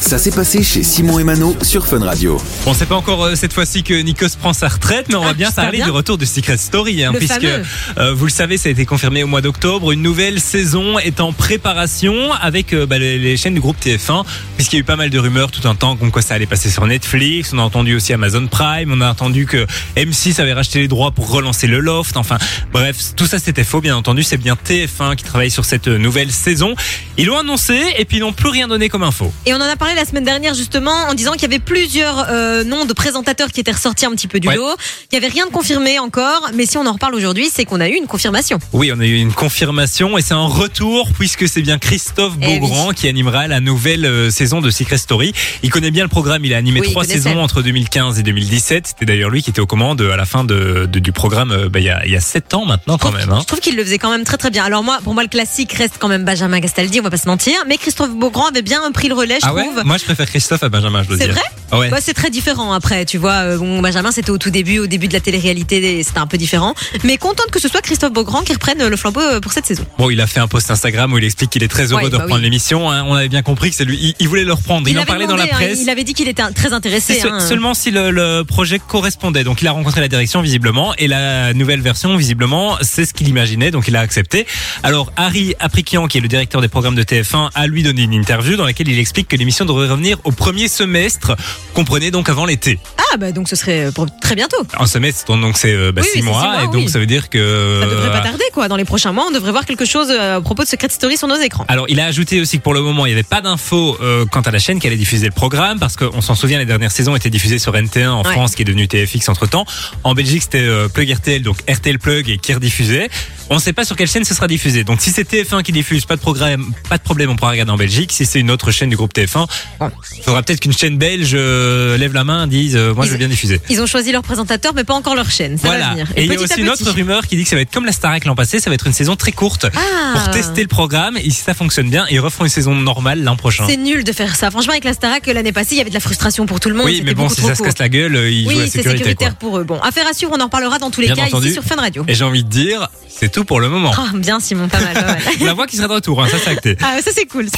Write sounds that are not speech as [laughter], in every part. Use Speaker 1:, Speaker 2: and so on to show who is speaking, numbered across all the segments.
Speaker 1: Ça s'est passé chez Simon et Mano sur Fun Radio.
Speaker 2: Bon, c'est pas encore euh, cette fois-ci que Nikos prend sa retraite, mais on
Speaker 3: Ah,
Speaker 2: va bien
Speaker 3: j'espère
Speaker 2: parler
Speaker 3: bien.
Speaker 2: du retour de Secret Story, hein,
Speaker 3: Le
Speaker 2: puisque
Speaker 3: fameux.
Speaker 2: euh, vous le savez, ça a été confirmé au mois d'octobre. Une nouvelle saison est en préparation avec euh, bah, les, les chaînes du groupe TF1, puisqu'il y a eu pas mal de rumeurs tout un temps comme quoi ça allait passer sur Netflix. On a entendu aussi Amazon Prime, on a entendu que M6 avait racheté les droits pour relancer le Loft. Enfin, bref, tout ça c'était faux, bien entendu. C'est bien TF1 qui travaille sur cette euh, nouvelle saison. Ils l'ont annoncé et puis ils n'ont plus rien donné comme info.
Speaker 3: Et on en a parlé la semaine dernière justement en disant qu'il y avait plusieurs euh, noms de présentateurs qui étaient ressortis un petit peu du
Speaker 2: Ouais.
Speaker 3: lot. Il n'y avait rien de confirmé encore, mais si on en reparle aujourd'hui, c'est qu'on a eu une confirmation.
Speaker 2: Oui, on a eu une confirmation et c'est un retour puisque c'est bien Christophe
Speaker 3: Eh oui.
Speaker 2: Beaugrand qui animera la nouvelle euh, saison de Secret Story. Il connaît bien le programme, il a animé
Speaker 3: Oui, il
Speaker 2: trois
Speaker 3: connaissait.
Speaker 2: saisons entre 2015 et 2017. C'était d'ailleurs lui qui était aux commandes euh, à la fin de, de- du programme euh, bah, il y, a, il y a sept ans maintenant quand même. hein.
Speaker 3: Je trouve qu'il le faisait quand même très très bien. Alors moi, pour moi, le classique reste quand même Benjamin Castaldi, on va pas se mentir, mais Christophe Beaugrand avait bien pris le relais, je
Speaker 2: Ah ouais
Speaker 3: trouve.
Speaker 2: Moi je préfère Christophe à Benjamin, je dois
Speaker 3: C'est
Speaker 2: dire. Ah Ouais.
Speaker 3: Bah, c'est très différent après, tu vois. euh, Bon, Benjamin, c'était au tout début, au début de la télé-réalité, c'était un peu différent. Mais contente que ce soit Christophe Beaugrand qui reprenne euh, le flambeau euh, pour cette saison.
Speaker 2: Bon, il a fait un post Instagram où il explique qu'il est très heureux
Speaker 3: Ouais,
Speaker 2: de
Speaker 3: bah
Speaker 2: reprendre
Speaker 3: oui.
Speaker 2: l'émission. hein. On avait bien compris que c'est lui. Il, il voulait le reprendre. Il, en
Speaker 3: avait
Speaker 2: parlait dans la
Speaker 3: demandé, hein,
Speaker 2: presse.
Speaker 3: il avait dit qu'il était un- très intéressé.
Speaker 2: C'est se-
Speaker 3: hein.
Speaker 2: seulement si le, le projet correspondait. Donc il a rencontré la direction visiblement et la nouvelle version visiblement c'est ce qu'il imaginait donc il a accepté. Alors Harry Aprikian qui est le directeur des programmes de TF1 a lui donné une interview dans laquelle il explique que l'émission devrait revenir au premier semestre, comprenez donc avant l'été.
Speaker 3: Ah bah donc ce serait pour très bientôt.
Speaker 2: Un semestre donc c'est euh, bah,
Speaker 3: Oui,
Speaker 2: six
Speaker 3: oui, c'est
Speaker 2: mois,
Speaker 3: six mois,
Speaker 2: et donc
Speaker 3: oui.
Speaker 2: ça veut dire que
Speaker 3: Ça devrait pas tarder quoi. Dans les prochains mois, on devrait voir quelque chose euh, à propos de Secret Story sur nos écrans.
Speaker 2: Alors, il a ajouté aussi que pour le moment, il n'y avait pas d'infos euh, quant à la chaîne qui allait diffuser le programme, parce qu'on s'en souvient, les dernières saisons étaient diffusées sur NT1 en
Speaker 3: Ouais.
Speaker 2: France, qui est devenu TFX entre-temps. En Belgique, c'était euh, Plug RTL, donc RTL Plug, et qui rediffusait. On ne sait pas sur quelle chaîne ce sera diffusé. Donc, si c'est TF1 qui diffuse, pas de programme, pas de problème, on pourra regarder en Belgique. Si c'est une autre chaîne du groupe TF1,
Speaker 3: Ouais.
Speaker 2: il faudra peut-être qu'une chaîne belge euh, lève la main, dise, euh, moi, je veux bien diffuser.
Speaker 3: Ils ont choisi leur présentateur, mais pas encore leur chaîne. Ça va
Speaker 2: Voilà.
Speaker 3: venir.
Speaker 2: Et il y a
Speaker 3: petit à
Speaker 2: aussi une
Speaker 3: petit.
Speaker 2: autre rumeur qui dit que ça va être comme la Starac l'an passé, ça va être une saison très courte
Speaker 3: Ah.
Speaker 2: pour tester le programme. Et si ça fonctionne bien, ils referont une saison normale l'an prochain.
Speaker 3: C'est nul de faire ça. Franchement, avec la Starac l'année passée, il y avait de la frustration pour tout le monde.
Speaker 2: Oui,
Speaker 3: C'était
Speaker 2: mais bon,
Speaker 3: beaucoup
Speaker 2: si
Speaker 3: trop
Speaker 2: ça se
Speaker 3: court.
Speaker 2: casse la gueule, euh, ils jouent à la
Speaker 3: Oui, c'est
Speaker 2: sécurité. quoi.
Speaker 3: sécuritaire pour eux. Bon, affaire à suivre, on en reparlera dans tous les
Speaker 2: Bien
Speaker 3: cas
Speaker 2: entendu.
Speaker 3: ici sur Fun Radio.
Speaker 2: Et j'ai envie de dire, c'est tout pour le moment.
Speaker 3: Ah, bien Simon, pas mal. pas mal.
Speaker 2: [laughs] La voix qui sera de retour, hein, ça c'est
Speaker 3: [laughs]
Speaker 2: acté.
Speaker 3: ah, ça c'est cool.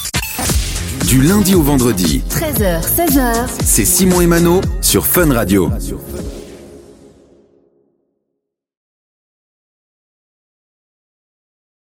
Speaker 1: Du lundi au vendredi,
Speaker 4: 13h, 16h,
Speaker 1: c'est Simon et Mano sur Fun Radio.